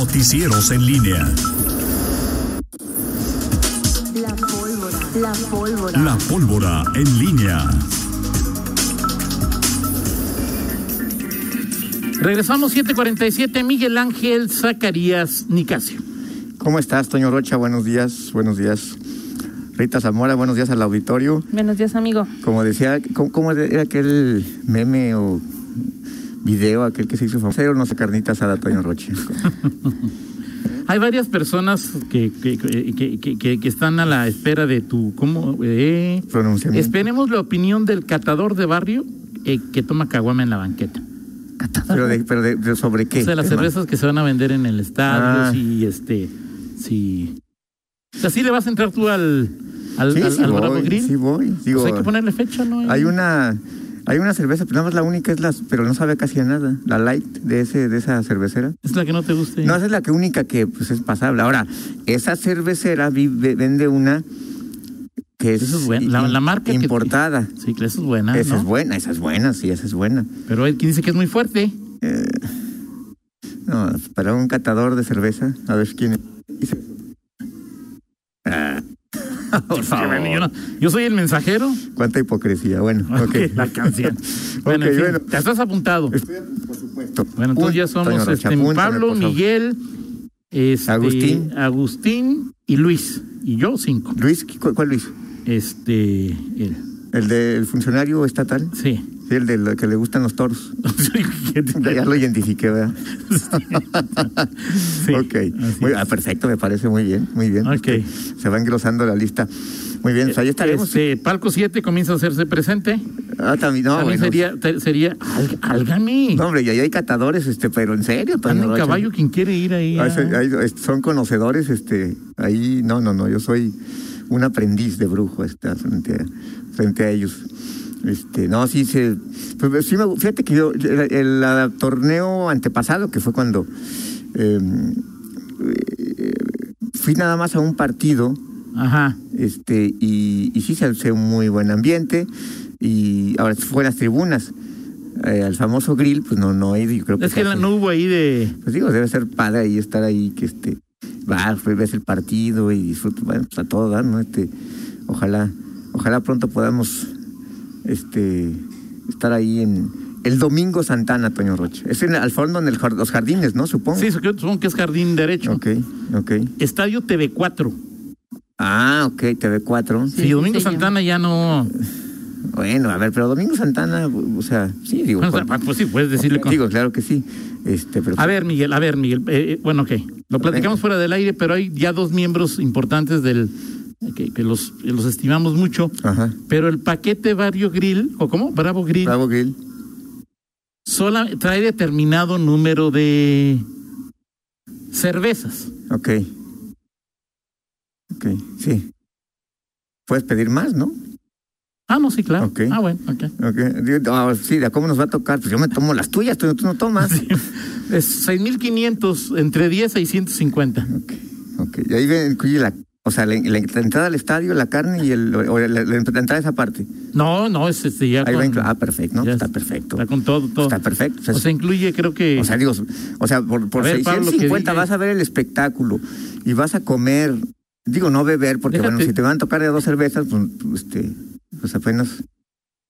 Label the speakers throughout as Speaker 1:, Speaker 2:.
Speaker 1: Noticieros en línea.
Speaker 2: La pólvora. La pólvora.
Speaker 1: La pólvora en línea.
Speaker 3: Regresamos 747, Miguel Ángel Zacarías Nicasio.
Speaker 4: ¿Cómo estás, Toño Rocha? Buenos días, buenos días. Rita Zamora, buenos días al auditorio.
Speaker 5: Buenos días, amigo.
Speaker 4: Como decía, ¿cómo, cómo era aquel meme o video aquel que se hizo famoso? No sé, carnita asada, Toño Rocha.
Speaker 3: Hay varias personas que, que, que- que- que- que están a la espera de tu... ¿Cómo? Eh,
Speaker 4: Pronunciamiento.
Speaker 3: esperemos la opinión del catador de barrio eh, que toma caguama en la banqueta.
Speaker 4: Pero, de, pero de- de- sobre qué?
Speaker 3: O sea, las
Speaker 4: tema?
Speaker 3: cervezas que se van a vender en el estadio,
Speaker 4: Ah.
Speaker 3: si este, si. O sea, sí le vas a entrar tú al, al,
Speaker 4: Sí,
Speaker 3: al,
Speaker 4: sí
Speaker 3: al
Speaker 4: voy,
Speaker 3: Bravo Grill.
Speaker 4: sí voy. Digo,
Speaker 3: pues hay que ponerle fecha, ¿no?
Speaker 4: Hay una hay una cerveza, pero nada más la única es la, pero no sabe casi a nada, la light de ese de esa cervecera.
Speaker 3: Es la que no te guste.
Speaker 4: No, esa es la que única que pues es pasable. Ahora, esa cervecera vi- ve- vende una que es,
Speaker 3: Esa es buena. La,
Speaker 4: im-
Speaker 3: la marca que-
Speaker 4: importada.
Speaker 3: sí, que esa es buena.
Speaker 4: esa
Speaker 3: ¿no?
Speaker 4: es buena, esa es buena, sí, esa es buena.
Speaker 3: Pero hay quien dice que es muy fuerte.
Speaker 4: Eh, no, para un catador de cerveza, a ver quién es. Dice- Ah,
Speaker 3: Por favor. Yo, no- yo soy el mensajero.
Speaker 4: cuánta hipocresía. Bueno, ok.
Speaker 3: la canción. Bueno,
Speaker 4: Ok,
Speaker 3: en fin,
Speaker 4: bueno.
Speaker 3: te estás apuntado.
Speaker 4: Estoy- por supuesto.
Speaker 3: Bueno, entonces
Speaker 4: Pun-
Speaker 3: ya
Speaker 4: Toño
Speaker 3: somos
Speaker 4: Rocha,
Speaker 3: este,
Speaker 4: apúntame,
Speaker 3: Pablo,
Speaker 4: por favor.
Speaker 3: Miguel, este,
Speaker 4: Agustín.
Speaker 3: Agustín y Luis. Y yo cinco.
Speaker 4: Luis, ¿cu- ¿cuál Luis?
Speaker 3: Este, él.
Speaker 4: ¿El del funcionario estatal?
Speaker 3: Sí.
Speaker 4: Sí, el del que le gustan los toros. Ya ya lo identifiqué, ¿verdad?
Speaker 3: Sí,
Speaker 4: ok.
Speaker 3: así
Speaker 4: Muy-
Speaker 3: es.
Speaker 4: ah, perfecto, me parece muy bien, muy bien.
Speaker 3: Ok.
Speaker 4: Este, se va engrosando la lista. Muy bien, pues ahí estaremos.
Speaker 3: Este, palco 7 comienza a hacerse presente.
Speaker 4: Ah, también, no,
Speaker 3: También
Speaker 4: bueno,
Speaker 3: sería, te- sería, al- álgame.
Speaker 4: no, hombre, y ahí hay catadores, este, pero en serio, Toño
Speaker 3: Anda en
Speaker 4: Rocha.
Speaker 3: caballo quien quiere ir ahí.
Speaker 4: Ah,
Speaker 3: a-
Speaker 4: se- ahí, es- son conocedores, este, ahí, no, no, no, yo soy un aprendiz de brujo, este, frente a, frente a ellos. Este, no, sí, se, pues, sí me- fíjate que yo, el, el- el torneo antepasado, que fue cuando eh, eh, fui nada más a un partido,
Speaker 3: Ajá.
Speaker 4: este, y, y sí se hace un muy buen ambiente, y ahora fue a las tribunas, eh, al famoso grill, pues no, no, he ido, yo creo que
Speaker 3: Es que
Speaker 4: se
Speaker 3: la-
Speaker 4: hace-
Speaker 3: no hubo ahí de.
Speaker 4: pues digo, debe ser padre ahí estar ahí, que este, va, pues, ves el partido y disfruta, bueno, pues a todo dar, ¿no? Este, ojalá, ojalá pronto podamos, este, estar ahí en el Domingo Santana, Toño Rocha. Es en, al fondo en el jar- los jardines, ¿no? Supongo.
Speaker 3: Sí, supongo supongo que es jardín derecho.
Speaker 4: Ok, ok.
Speaker 3: Estadio TV4.
Speaker 4: Ah, ok, TV4.
Speaker 3: Sí,
Speaker 5: sí,
Speaker 3: Domingo
Speaker 5: señor.
Speaker 3: Santana ya no.
Speaker 4: Bueno, a ver, pero Domingo Santana, o sea, sí, digo.
Speaker 3: Bueno, o sea,
Speaker 4: por-
Speaker 3: pues sí, puedes decirle. con-
Speaker 4: Digo, claro que sí. Este, pero.
Speaker 3: A ver, Miguel, a ver, Miguel. eh, eh, bueno, ok. Lo platicamos
Speaker 4: Venga.
Speaker 3: fuera del aire, pero hay ya dos miembros importantes del. que, que los, que los estimamos mucho.
Speaker 4: Ajá.
Speaker 3: Pero el paquete Barrio Grill, ¿o cómo? Bravo Grill,
Speaker 4: Bravo Grill.
Speaker 3: sola- trae determinado número de cervezas.
Speaker 4: Ok. Ok, sí. Puedes pedir más, ¿no?
Speaker 3: Ah, no, sí, claro.
Speaker 4: Ok.
Speaker 3: Ah, bueno, ok.
Speaker 4: Ok. Digo, ah, sí, ¿de cómo nos va a tocar? Pues yo me tomo las tuyas, tú, tú no tomas.
Speaker 3: Es 6.500, entre 10 y 650.
Speaker 4: Ok, ok. Y ahí ven- incluye la, o sea, la, la entrada al estadio, la carne y el, o la, la- la entrada a esa parte.
Speaker 3: No, no, es este ya
Speaker 4: Ahí va
Speaker 3: con-
Speaker 4: inclu- ah, perfecto, ¿no?
Speaker 3: ya
Speaker 4: Está perfecto.
Speaker 3: Está con todo, todo.
Speaker 4: Está perfecto. O sea,
Speaker 3: O sea, incluye, creo que...
Speaker 4: O sea, digo, o sea, por, por
Speaker 3: A ver, Pablo, que
Speaker 4: 650
Speaker 3: diga.
Speaker 4: vas a ver el espectáculo y vas a comer, digo, no beber, porque
Speaker 3: Déjate.
Speaker 4: bueno, si te van a tocar de dos cervezas, pues, este, pues apenas
Speaker 3: que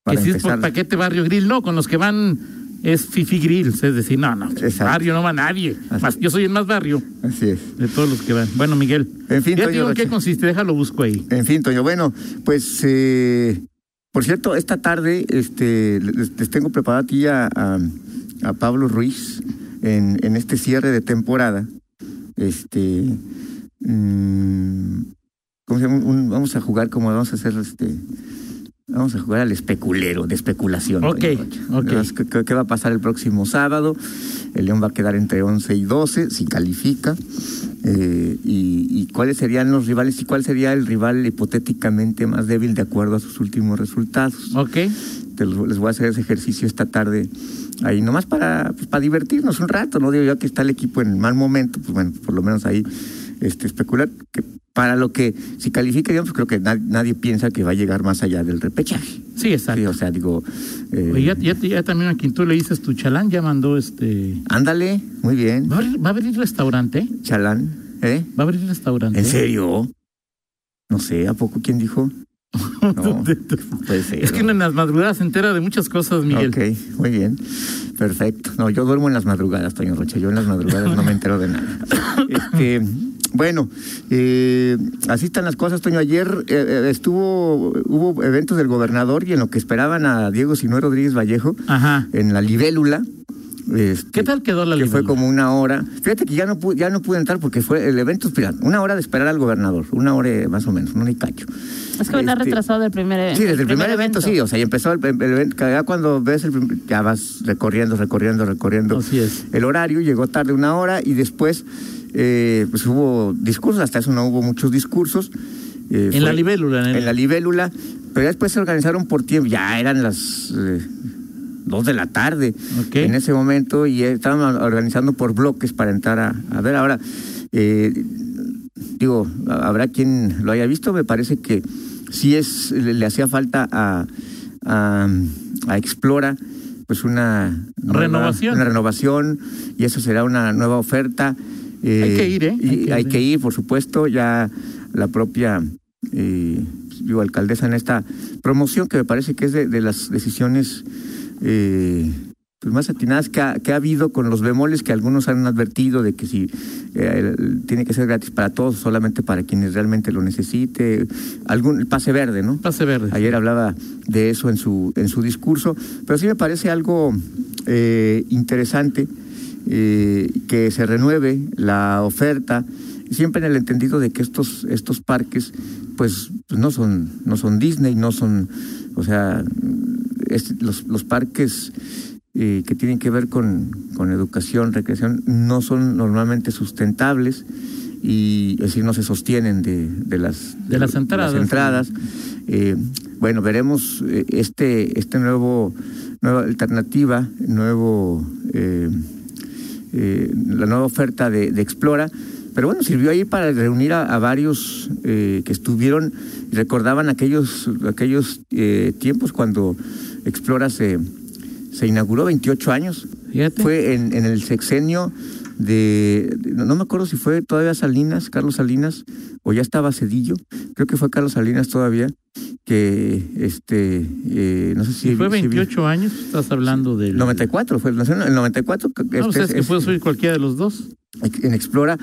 Speaker 4: para
Speaker 3: si es por
Speaker 4: empezar.
Speaker 3: paquete Barrio Grill, no, con los que van es Fifi Grills, es decir, no, no,
Speaker 4: Exacto.
Speaker 3: barrio no va nadie.
Speaker 4: Así
Speaker 3: Más- yo soy el más barrio
Speaker 4: Así es.
Speaker 3: de todos los que van. Bueno, Miguel,
Speaker 4: En fin,
Speaker 3: ya te
Speaker 4: Toño
Speaker 3: digo en qué
Speaker 4: Rocha.
Speaker 3: consiste, déjalo busco ahí.
Speaker 4: En fin, Toño, bueno, pues eh, por cierto, esta tarde este, les, les tengo preparado a ti a, a- a Pablo Ruiz en, en este cierre de temporada. Este, mm, ¿cómo se llama? Un- vamos a jugar como vamos a hacer este. Vamos a jugar al especulero, de especulación. Toño
Speaker 3: Ok,
Speaker 4: Rocha.
Speaker 3: ok.
Speaker 4: Verás ¿Qué, qué- qué va a pasar el próximo sábado? El León va a quedar entre 11 y 12, si califica. Eh, y, y cuáles serían los rivales y cuál sería el rival hipotéticamente más débil de acuerdo a sus últimos resultados.
Speaker 3: Ok,
Speaker 4: Te los- les voy a hacer ese ejercicio esta tarde ahí, nomás para, pues, para divertirnos un rato, ¿no? Digo yo que está el equipo en mal momento, pues bueno, por lo menos ahí este, especular, que para lo que, si califica, digamos, pues, creo que na- nadie piensa que va a llegar más allá del repechaje.
Speaker 3: Sí, exacto.
Speaker 4: Sí, o sea, digo, eh,
Speaker 3: Oye, ya, ya- ya también a quien tú le dices, tu chalán ya mandó este...
Speaker 4: ándale, muy bien,
Speaker 3: ¿Va a abrir, va a abrir restaurante?
Speaker 4: chalán, ¿eh?
Speaker 3: ¿Va a abrir restaurante?
Speaker 4: ¿En serio? No sé, ¿a poco quién dijo? No, puede ser.
Speaker 3: Es que uno en las madrugadas se entera de muchas cosas, Miguel.
Speaker 4: Ok, muy bien. Perfecto. No, yo duermo en las madrugadas, Toño Rocha. Yo en las madrugadas no me entero de nada. Este, bueno, eh, así están las cosas, Toño. Ayer eh, eh, estuvo, hubo eventos del gobernador y en lo que esperaban a Diego Sinue Rodríguez Vallejo,
Speaker 3: Ajá.
Speaker 4: en la libélula. este,
Speaker 3: ¿Qué tal quedó la
Speaker 4: que fue
Speaker 3: libélula?
Speaker 4: como una hora. Fíjate que ya no pude, ya no pude entrar porque fue el evento, mira, una hora de esperar al gobernador, una hora eh, más o menos, una y cacho.
Speaker 5: Es que venía
Speaker 4: Este,
Speaker 5: retrasado del primer evento.
Speaker 4: Sí, desde el primer evento, sí, o sea, y empezó el, el evento, ya cuando ves el prim- ya vas recorriendo, recorriendo, recorriendo.
Speaker 3: Así es.
Speaker 4: El horario llegó tarde una hora y después eh, pues hubo discursos, hasta eso no hubo muchos discursos. Eh,
Speaker 3: En la libélula, en
Speaker 4: En,
Speaker 3: el-
Speaker 4: la libélula, pero ya después se organizaron por tiempo, ya eran las eh, dos de la tarde
Speaker 3: Ok.
Speaker 4: en ese momento y estaban organizando por bloques para entrar a, a ver ahora. eh, digo, ha- habrá quien lo haya visto, me parece que sí es, le, le hacía falta a, a, a Explora pues una nueva-
Speaker 3: Renovación.
Speaker 4: una renovación y eso será una nueva oferta. eh,
Speaker 3: Hay que ir, ¿eh?
Speaker 4: y
Speaker 3: Hay que
Speaker 4: hay
Speaker 3: ir.
Speaker 4: que ir, por supuesto, ya la propia eh, digo, alcaldesa en esta promoción que me parece que es de, de las decisiones eh, pues más atinadas que ha, que ha habido con los bemoles que algunos han advertido de que si eh, el- tiene que ser gratis para todos, solamente para quienes realmente lo necesite, algún el pase verde, ¿no?
Speaker 3: Pase verde.
Speaker 4: Ayer hablaba de eso en su, en su discurso, pero sí me parece algo eh, interesante eh, que se renueve la oferta, siempre en el entendido de que estos, estos parques pues no son, no son Disney, no son, o sea, es- los, los parques eh, que tienen que ver con, con educación, recreación, no son normalmente sustentables y es decir, no se sostienen de, de las,
Speaker 3: De las entradas.
Speaker 4: entradas. Eh, bueno, veremos eh, este, este nuevo, nueva alternativa, nuevo eh, eh, la nueva oferta de, de Explora. Pero bueno, sirvió ahí para reunir a, a varios eh, que estuvieron y recordaban aquellos, aquellos eh, tiempos cuando Explora se, se inauguró, 28 años.
Speaker 3: Fíjate.
Speaker 4: Fue en, en el sexenio de, de- no, no me acuerdo si fue todavía Salinas, Carlos Salinas, o ya estaba Cedillo, creo que fue Carlos Salinas todavía, que este, eh, no sé si...
Speaker 3: Si fue
Speaker 4: si vi-
Speaker 3: 28 años, estás hablando del...
Speaker 4: 94, fue el, el 94.
Speaker 3: No, o
Speaker 4: este
Speaker 3: sea, es que
Speaker 4: es-
Speaker 3: puedo subir cualquiera de los dos.
Speaker 4: en Explora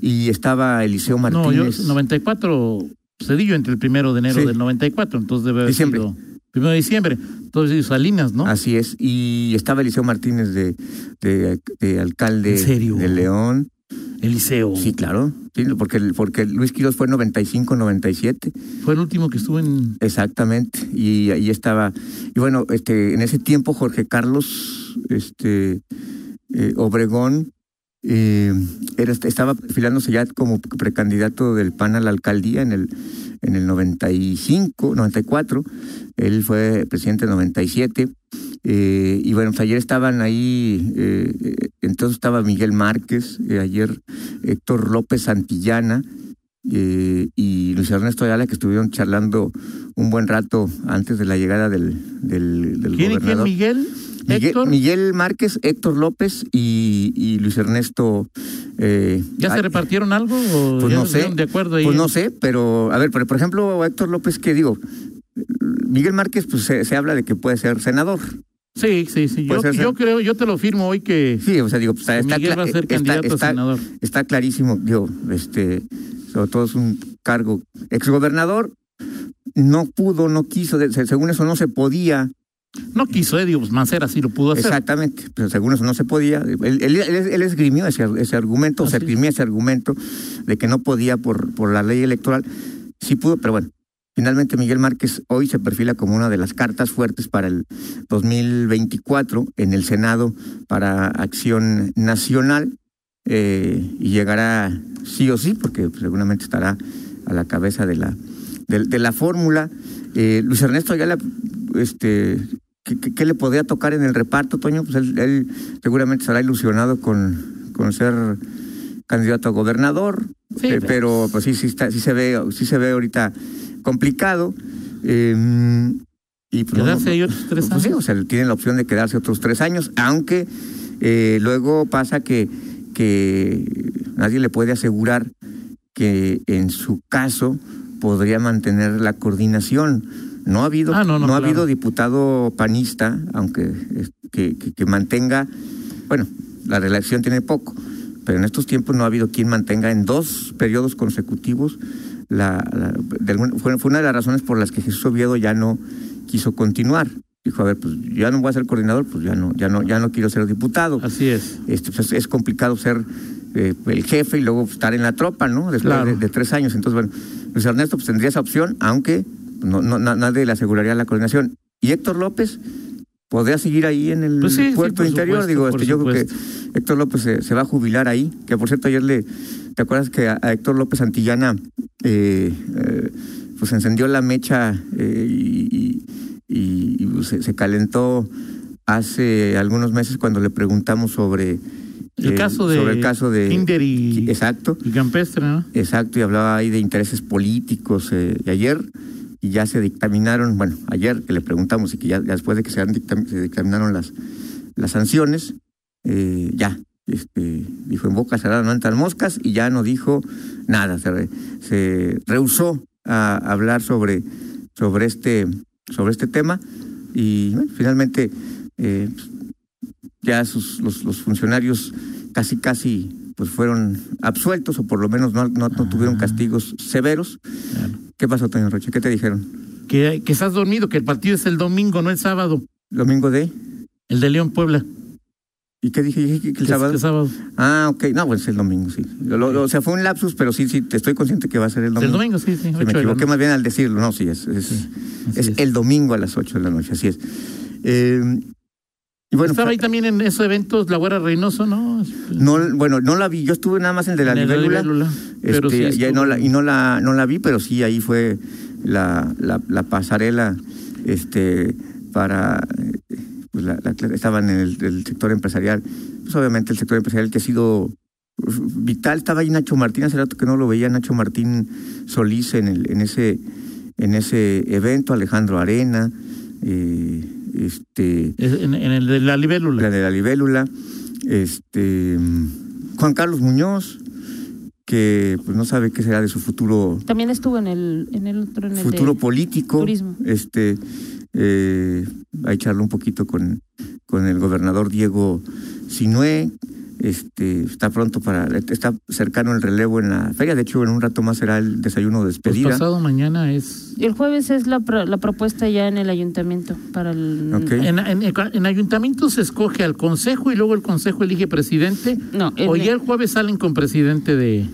Speaker 4: y estaba Eliseo
Speaker 3: No, yo
Speaker 4: Martínez.
Speaker 3: 94 Cedillo entre el primero de enero
Speaker 4: Sí.
Speaker 3: del 94, entonces debe haber
Speaker 4: Diciembre. Ah,
Speaker 3: sido primero de diciembre. Entonces Salinas, ¿no?
Speaker 4: Así es, y estaba Eliseo Martínez de, de- de alcalde
Speaker 3: ¿En serio?
Speaker 4: de León.
Speaker 3: Eliseo.
Speaker 4: Sí, claro, sí, porque, porque Luis Quiroz fue 95-97,
Speaker 3: Fue el último que estuvo en
Speaker 4: exactamente, y ahí estaba. Y bueno, este, en ese tiempo Jorge Carlos este, eh, Obregón eh, era- estaba perfilándose ya como precandidato del PAN a la alcaldía en el, en el 95, 94. Él fue presidente en 97. Eh, y bueno, pues ayer estaban ahí, eh, eh, entonces estaba Miguel Márquez, eh, ayer Héctor López Santillana eh, y Luis Ernesto Ayala, que estuvieron charlando un buen rato antes de la llegada del, del, del
Speaker 3: ¿Quién y quién?
Speaker 4: gobernador.
Speaker 3: Miguel,
Speaker 4: Miguel,
Speaker 3: Héctor.
Speaker 4: Miguel Márquez, Héctor López y, y Luis Ernesto. eh,
Speaker 3: ¿Ya se
Speaker 4: ay,
Speaker 3: repartieron algo o
Speaker 4: Pues
Speaker 3: ya
Speaker 4: no
Speaker 3: se
Speaker 4: sé.
Speaker 3: pusieron de acuerdo ahí? ¿eh?
Speaker 4: Pues no sé, pero a ver, pero por ejemplo, Héctor López, ¿qué digo? Miguel Márquez, pues se, se habla de que puede ser senador.
Speaker 3: Sí, sí, sí. Yo,
Speaker 4: Pues ese-
Speaker 3: yo creo, yo te lo firmo hoy que
Speaker 4: Sí, o sea, digo, pues, está, está
Speaker 3: Miguel va a
Speaker 4: cla-
Speaker 3: ser
Speaker 4: está-
Speaker 3: candidato
Speaker 4: está-
Speaker 3: a senador.
Speaker 4: está clarísimo, digo, este, sobre todo es un cargo. Exgobernador no pudo, no quiso, de- se- según eso no se podía
Speaker 3: No quiso, eh, digo, pues Mancera sí lo pudo hacer.
Speaker 4: Exactamente, pero según eso no se podía. Él, él, él- él esgrimió ese, ese argumento, o
Speaker 3: Así
Speaker 4: se
Speaker 3: es.
Speaker 4: esgrimió ese argumento de que no podía por, por la ley electoral. Sí pudo, pero bueno. Finalmente Miguel Márquez hoy se perfila como una de las cartas fuertes para el 2024 en el Senado para Acción Nacional eh, y llegará sí o sí, porque seguramente estará a la cabeza de la, de, de la fórmula. Eh, Luis Ernesto Ayala, este, ¿qué, qué, qué le podría tocar en el reparto, Toño? Pues él, él seguramente estará ilusionado con, con ser candidato a gobernador.
Speaker 3: Sí,
Speaker 4: Eh,
Speaker 3: pero-
Speaker 4: pero pues sí, sí, está, sí, se ve, sí se ve ahorita complicado. eh, y pues, no-
Speaker 3: Quedarse ahí otros tres
Speaker 4: pues sí,
Speaker 3: años.
Speaker 4: o sea, tienen la opción de quedarse otros tres años, aunque eh, luego pasa que, que nadie le puede asegurar que en su caso podría mantener la coordinación. No ha habido,
Speaker 3: Ah, no, no,
Speaker 4: ha
Speaker 3: claro.
Speaker 4: habido diputado panista, aunque es- que, que- que mantenga, bueno, la relación tiene poco, pero en estos tiempos no ha habido quien mantenga en dos periodos consecutivos la, la- de alguna- fue, fue una de las razones por las que Jesús Oviedo ya no quiso continuar. Dijo, a ver, pues ya no voy a ser coordinador, pues ya no, ya no, ya no quiero ser diputado.
Speaker 3: Así es.
Speaker 4: Este, pues, es, es complicado ser eh, el jefe y luego estar en la tropa, ¿no? Después
Speaker 3: Claro.
Speaker 4: de, de tres años. Entonces, bueno, Luis Ernesto pues, tendría esa opción, aunque no, no- na- nadie le aseguraría la coordinación. Y Héctor López podría seguir ahí en el
Speaker 3: Pues sí, sí,
Speaker 4: puerto
Speaker 3: por
Speaker 4: interior.
Speaker 3: supuesto,
Speaker 4: Digo,
Speaker 3: por
Speaker 4: este, yo creo que
Speaker 3: supuesto.
Speaker 4: Héctor López se, se va a jubilar ahí. Que por cierto, ayer le. ¿Te acuerdas que a, a Héctor López Antillana eh, eh, pues encendió la mecha eh, y, y- y- y, pues, se, se calentó hace algunos meses cuando le preguntamos sobre
Speaker 3: El
Speaker 4: eh,
Speaker 3: caso de
Speaker 4: sobre el caso de
Speaker 3: Kinder y,
Speaker 4: exacto
Speaker 3: y Campestre, ¿no?
Speaker 4: exacto y hablaba ahí de intereses políticos eh, y ayer y ya se dictaminaron bueno ayer que le preguntamos y que ya, ya después de que se, han dictam- se dictaminaron las las sanciones eh, ya este, dijo en boca cerrada no entran moscas y ya no dijo nada se, re- se rehusó a hablar sobre sobre este sobre este tema y bueno, finalmente eh, pues, ya sus, los, los funcionarios casi casi pues fueron absueltos o por lo menos no, no, no tuvieron castigos severos.
Speaker 3: Ah. Claro.
Speaker 4: ¿Qué pasó, Toño Rocha? ¿Qué te dijeron?
Speaker 3: Que, que estás dormido, que el partido es el domingo, no el sábado.
Speaker 4: Domingo de...
Speaker 3: El de León Puebla.
Speaker 4: ¿Y qué dije? ¿Dije que el
Speaker 3: que es-
Speaker 4: sábado?
Speaker 3: que es sábado.
Speaker 4: Ah, ok. No, pues el domingo, sí. Lo- lo- o sea, fue un lapsus, pero sí, sí, te estoy consciente que va a ser el
Speaker 3: El
Speaker 4: domingo.
Speaker 3: domingo, sí, sí.
Speaker 4: Sí,
Speaker 3: ocho
Speaker 4: me
Speaker 3: de la
Speaker 4: equivoqué
Speaker 3: noche.
Speaker 4: más bien al decirlo. No, sí, es, es,
Speaker 3: Así
Speaker 4: es
Speaker 3: es.
Speaker 4: el domingo a las 8 de la noche, así es. Eh, y bueno,
Speaker 3: Estaba
Speaker 4: pues,
Speaker 3: ahí también en esos eventos la güera Reynoso, ¿no?
Speaker 4: no, bueno, no la vi. Yo estuve nada más en el de la
Speaker 3: En el de la
Speaker 4: libélula.
Speaker 3: libélula, Pero
Speaker 4: Este,
Speaker 3: sí.
Speaker 4: ya
Speaker 3: estuvo-
Speaker 4: no la- y no la, no la vi, pero sí ahí fue la, la, la pasarela este, para. eh, Pues la- la- estaban en el, el sector empresarial. Pues obviamente el sector empresarial que ha sido pues, vital. Estaba ahí Nacho Martín, hace rato que no lo veía Nacho Martín Solís en, el, en, ese, en ese evento, Alejandro Arena, eh, este,
Speaker 3: Es en, en el de la libélula.
Speaker 4: la de la libélula, este mm, Juan Carlos Muñoz, que pues no sabe qué será de su futuro
Speaker 5: También estuvo en el, en el otro, en el
Speaker 4: futuro
Speaker 5: de
Speaker 4: político.
Speaker 5: turismo.
Speaker 4: Este eh, ahí charló un poquito con, con el gobernador Diego Sinué. Este, está pronto para, está cercano el relevo en la feria, de hecho en un rato más será el desayuno de
Speaker 3: Pues
Speaker 4: despedida.
Speaker 3: pasado mañana es.
Speaker 5: El jueves es la, pro- la propuesta ya en el ayuntamiento para el...
Speaker 4: Ok.
Speaker 3: En, en, en ayuntamiento se escoge al consejo y luego el consejo elige presidente.
Speaker 5: No, en-
Speaker 3: o ya el jueves salen con presidente de.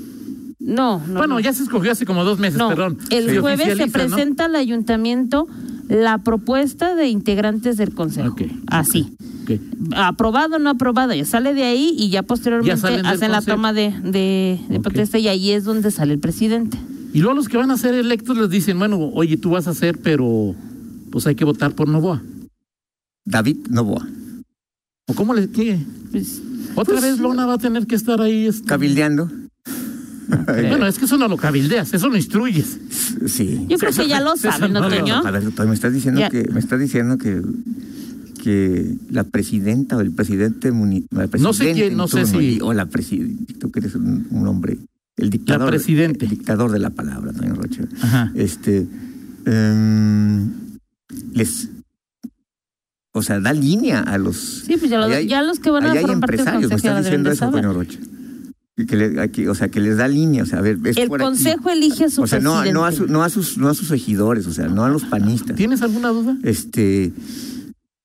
Speaker 5: No, no.
Speaker 3: bueno,
Speaker 5: no.
Speaker 3: ya se escogió hace como dos meses,
Speaker 5: No,
Speaker 3: perdón.
Speaker 5: el
Speaker 3: Se
Speaker 5: jueves se
Speaker 3: oficializa, ¿no?
Speaker 5: presenta al ayuntamiento la propuesta de integrantes del consejo.
Speaker 3: Ok,
Speaker 5: Así.
Speaker 3: Ok.
Speaker 5: Aprobado o no aprobado, ya sale de ahí y ya
Speaker 3: Ya
Speaker 5: posteriormente
Speaker 3: salen del
Speaker 5: hacen la
Speaker 3: consejo.
Speaker 5: toma de, de, de
Speaker 3: Ok.
Speaker 5: protesta y ahí es donde sale el presidente.
Speaker 3: Y luego los que van a ser electos les dicen, bueno, oye, tú vas a ser, pero pues hay que votar por Novoa.
Speaker 4: David Novoa,
Speaker 3: ¿O cómo les qué?
Speaker 5: Pues,
Speaker 3: Otra
Speaker 5: Pues,
Speaker 3: vez Lona va a tener que estar ahí. este-
Speaker 4: cabildeando.
Speaker 3: Bueno, es que eso no lo cabildeas, eso lo instruyes.
Speaker 4: sí.
Speaker 5: yo creo que ya lo
Speaker 3: Eso
Speaker 5: saben, ¿no,
Speaker 3: no lo
Speaker 5: Toño?
Speaker 4: A ver, doctor, me estás diciendo
Speaker 5: Ya.
Speaker 4: que me estás diciendo que que la presidenta o el presidente muni- la
Speaker 3: No sé
Speaker 4: presidente
Speaker 3: quién, no
Speaker 4: en
Speaker 3: sé
Speaker 4: turno,
Speaker 3: si-
Speaker 4: o la presidenta, tú que eres un, un hombre, el dictador,
Speaker 3: presidente.
Speaker 4: el dictador de la palabra, Toño Rocha.
Speaker 3: Ajá.
Speaker 4: Este em, les o sea, da línea a los
Speaker 5: Sí, pues ya, lo-
Speaker 4: Ahí hay-
Speaker 5: ya los que van a
Speaker 4: ahí hay
Speaker 5: formar parte del
Speaker 4: empresarios, me
Speaker 5: consejo ya
Speaker 4: estás
Speaker 5: lo deben
Speaker 4: diciendo
Speaker 5: de
Speaker 4: eso,
Speaker 5: saber.
Speaker 4: Toño Rocha. Y Que le- aquí, o sea, que les da línea, o sea, a ver, es
Speaker 5: El
Speaker 4: por aquí.
Speaker 5: consejo elige a su
Speaker 4: O sea, no,
Speaker 5: presidente.
Speaker 4: no, a su- no, a sus, no a sus regidores, o sea, no a los panistas.
Speaker 3: ¿Tienes alguna duda?
Speaker 4: Este,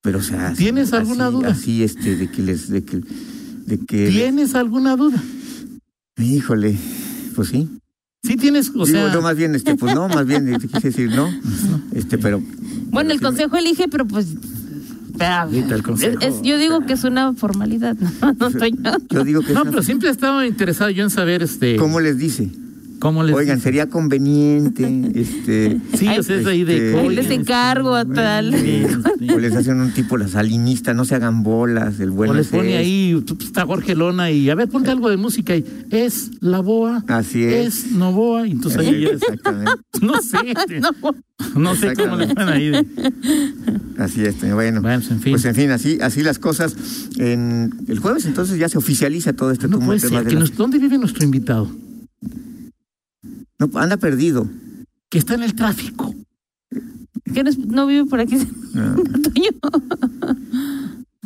Speaker 4: pero o sea, así-
Speaker 3: ¿Tienes alguna
Speaker 4: así-
Speaker 3: duda?
Speaker 4: Así este de que les de que de que
Speaker 3: ¿Tienes alguna duda?
Speaker 4: híjole, pues sí.
Speaker 3: Sí tienes, o
Speaker 4: Digo,
Speaker 3: sea,
Speaker 4: no más bien este, pues no, más bien eh, quise decir no. Este, pero
Speaker 5: Bueno, el
Speaker 4: pero sí
Speaker 5: consejo elige, pero pues. pero,
Speaker 3: Ahorita el consejo.
Speaker 5: es- yo digo que es una formalidad, ¿no, Toño?
Speaker 4: me- Yo digo que es
Speaker 3: no,
Speaker 4: una-
Speaker 3: pero siempre he estado interesado yo en saber este
Speaker 4: ¿cómo les dice?
Speaker 3: ¿Cómo les
Speaker 4: Oigan, sería conveniente, este...
Speaker 3: Sí,
Speaker 5: Ay,
Speaker 3: o sea, es ahí de...
Speaker 4: este,
Speaker 5: Ahí
Speaker 3: oigan,
Speaker 5: les encargo a tal.
Speaker 3: Sí, sí.
Speaker 4: O les hacen un tipo las alinistas, no se hagan bolas, el bueno
Speaker 3: o les
Speaker 4: es
Speaker 3: pone
Speaker 4: este.
Speaker 3: ahí, tú, pues, está Jorge Lona y a ver, ponte algo de música y es la boa,
Speaker 4: Así es.
Speaker 3: es Novoa, y entonces ahí ya es,
Speaker 4: Exactamente.
Speaker 3: no sé, este, no sé cómo le ponen ahí. de-
Speaker 4: Así es, Toño. bueno.
Speaker 3: Bueno, pues, en fin.
Speaker 4: Pues en fin, así, así las cosas. En el jueves entonces ya se oficializa todo este
Speaker 3: no
Speaker 4: tumulto
Speaker 3: puede
Speaker 4: de más
Speaker 3: ser,
Speaker 4: de
Speaker 3: que
Speaker 4: la-
Speaker 3: nos- ¿dónde vive nuestro invitado?
Speaker 4: No, anda perdido.
Speaker 3: Que está en el tráfico.
Speaker 5: ¿Qué no, es- no vive por aquí,
Speaker 4: No,
Speaker 5: Toño?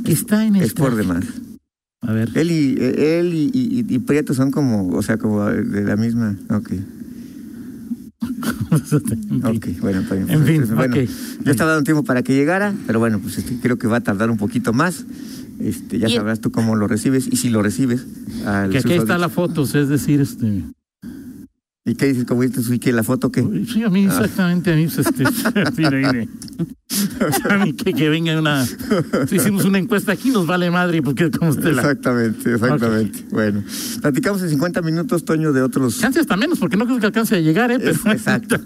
Speaker 3: Que está en el
Speaker 4: es por
Speaker 3: tráfico.
Speaker 4: demás.
Speaker 3: A ver,
Speaker 4: Él y eh, él y, y- y Prieto son como, o sea, como de la misma. Ok,
Speaker 3: en fin.
Speaker 4: ok, bueno, está bien.
Speaker 3: En fin,
Speaker 4: Entonces, bueno,
Speaker 3: ok.
Speaker 4: yo estaba dando tiempo para que llegara, pero bueno, pues este, creo que va a tardar un poquito más. Este, ya
Speaker 5: Y-
Speaker 4: sabrás tú cómo lo recibes y si lo recibes. Al
Speaker 3: que aquí
Speaker 4: susodicho.
Speaker 3: está la foto, o sea, es decir, este...
Speaker 4: ¿Y qué dices? ¿Cómo dices? ¿Y qué? ¿La foto qué? Ah.
Speaker 3: Sí, a mí exactamente, a mí, pues, este, así de ahí de- a mí que, que venga una... Si hicimos una encuesta aquí nos vale madre porque es como usted la...
Speaker 4: Exactamente, exactamente. Bueno, platicamos en 50 minutos, Toño, de otros.
Speaker 3: Chance hasta menos porque no creo que alcance a llegar, ¿eh? Pero-
Speaker 4: Es- exacto,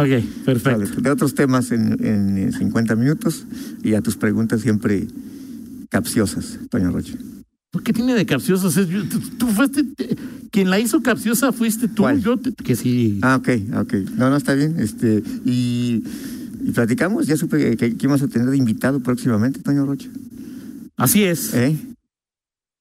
Speaker 3: ok, perfecto.
Speaker 4: Vale, De otros temas en, en eh, 50 minutos y a tus preguntas siempre capciosas, Toño Rocha.
Speaker 3: ¿Qué tiene de capciosa? O sea, yo- tú, tú fuiste... te- quien la hizo capciosa fuiste tú,
Speaker 4: ¿Cuál?
Speaker 3: yo... te- que sí...
Speaker 4: Ah, ok, ok. No, no, está bien. Este, y, y platicamos, ya supe que, que íbamos a tener de invitado próximamente, Toño Rocha.
Speaker 3: Así es.
Speaker 4: ¿Eh?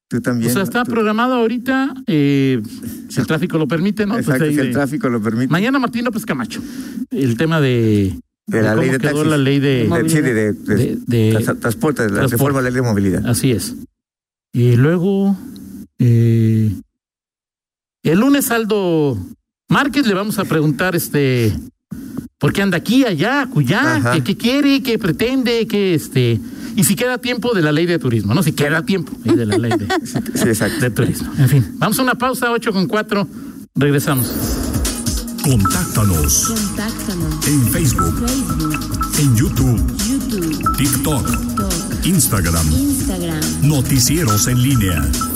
Speaker 4: Tú
Speaker 3: o
Speaker 4: también.
Speaker 3: sea, está
Speaker 4: tú-
Speaker 3: programado ahorita, eh, si el tráfico lo permite, ¿no? Pues
Speaker 4: Exacto,
Speaker 3: ahí
Speaker 4: si el
Speaker 3: de-
Speaker 4: tráfico lo permite.
Speaker 3: Mañana Martín López Camacho. El tema de...
Speaker 4: de la
Speaker 3: cómo
Speaker 4: ley de
Speaker 3: quedó
Speaker 4: taxis.
Speaker 3: la ley de...
Speaker 4: De, sí, de, de- de-
Speaker 3: de- de-
Speaker 4: tra- transporte, de la
Speaker 3: transporte.
Speaker 4: reforma a la ley de movilidad.
Speaker 3: Así es. Y luego, eh, el lunes Aldo Márquez le vamos a preguntar, este, ¿por qué anda aquí, allá,
Speaker 4: Ajá.
Speaker 3: cuyá? ¿Qué, qué quiere? ¿Qué pretende? ¿Qué, este? Y si queda tiempo de la ley de turismo, ¿no? Si queda tiempo ahí de la ley de,
Speaker 4: Sí, exacto.
Speaker 3: de turismo. En fin, vamos a una pausa, 8 con 4, regresamos.
Speaker 1: Contáctanos
Speaker 2: Contáctanos.
Speaker 1: en Facebook,
Speaker 2: Facebook,
Speaker 1: en YouTube,
Speaker 2: YouTube,
Speaker 1: TikTok,
Speaker 2: Talk,
Speaker 1: Instagram,
Speaker 2: Instagram.
Speaker 1: Noticieros en línea.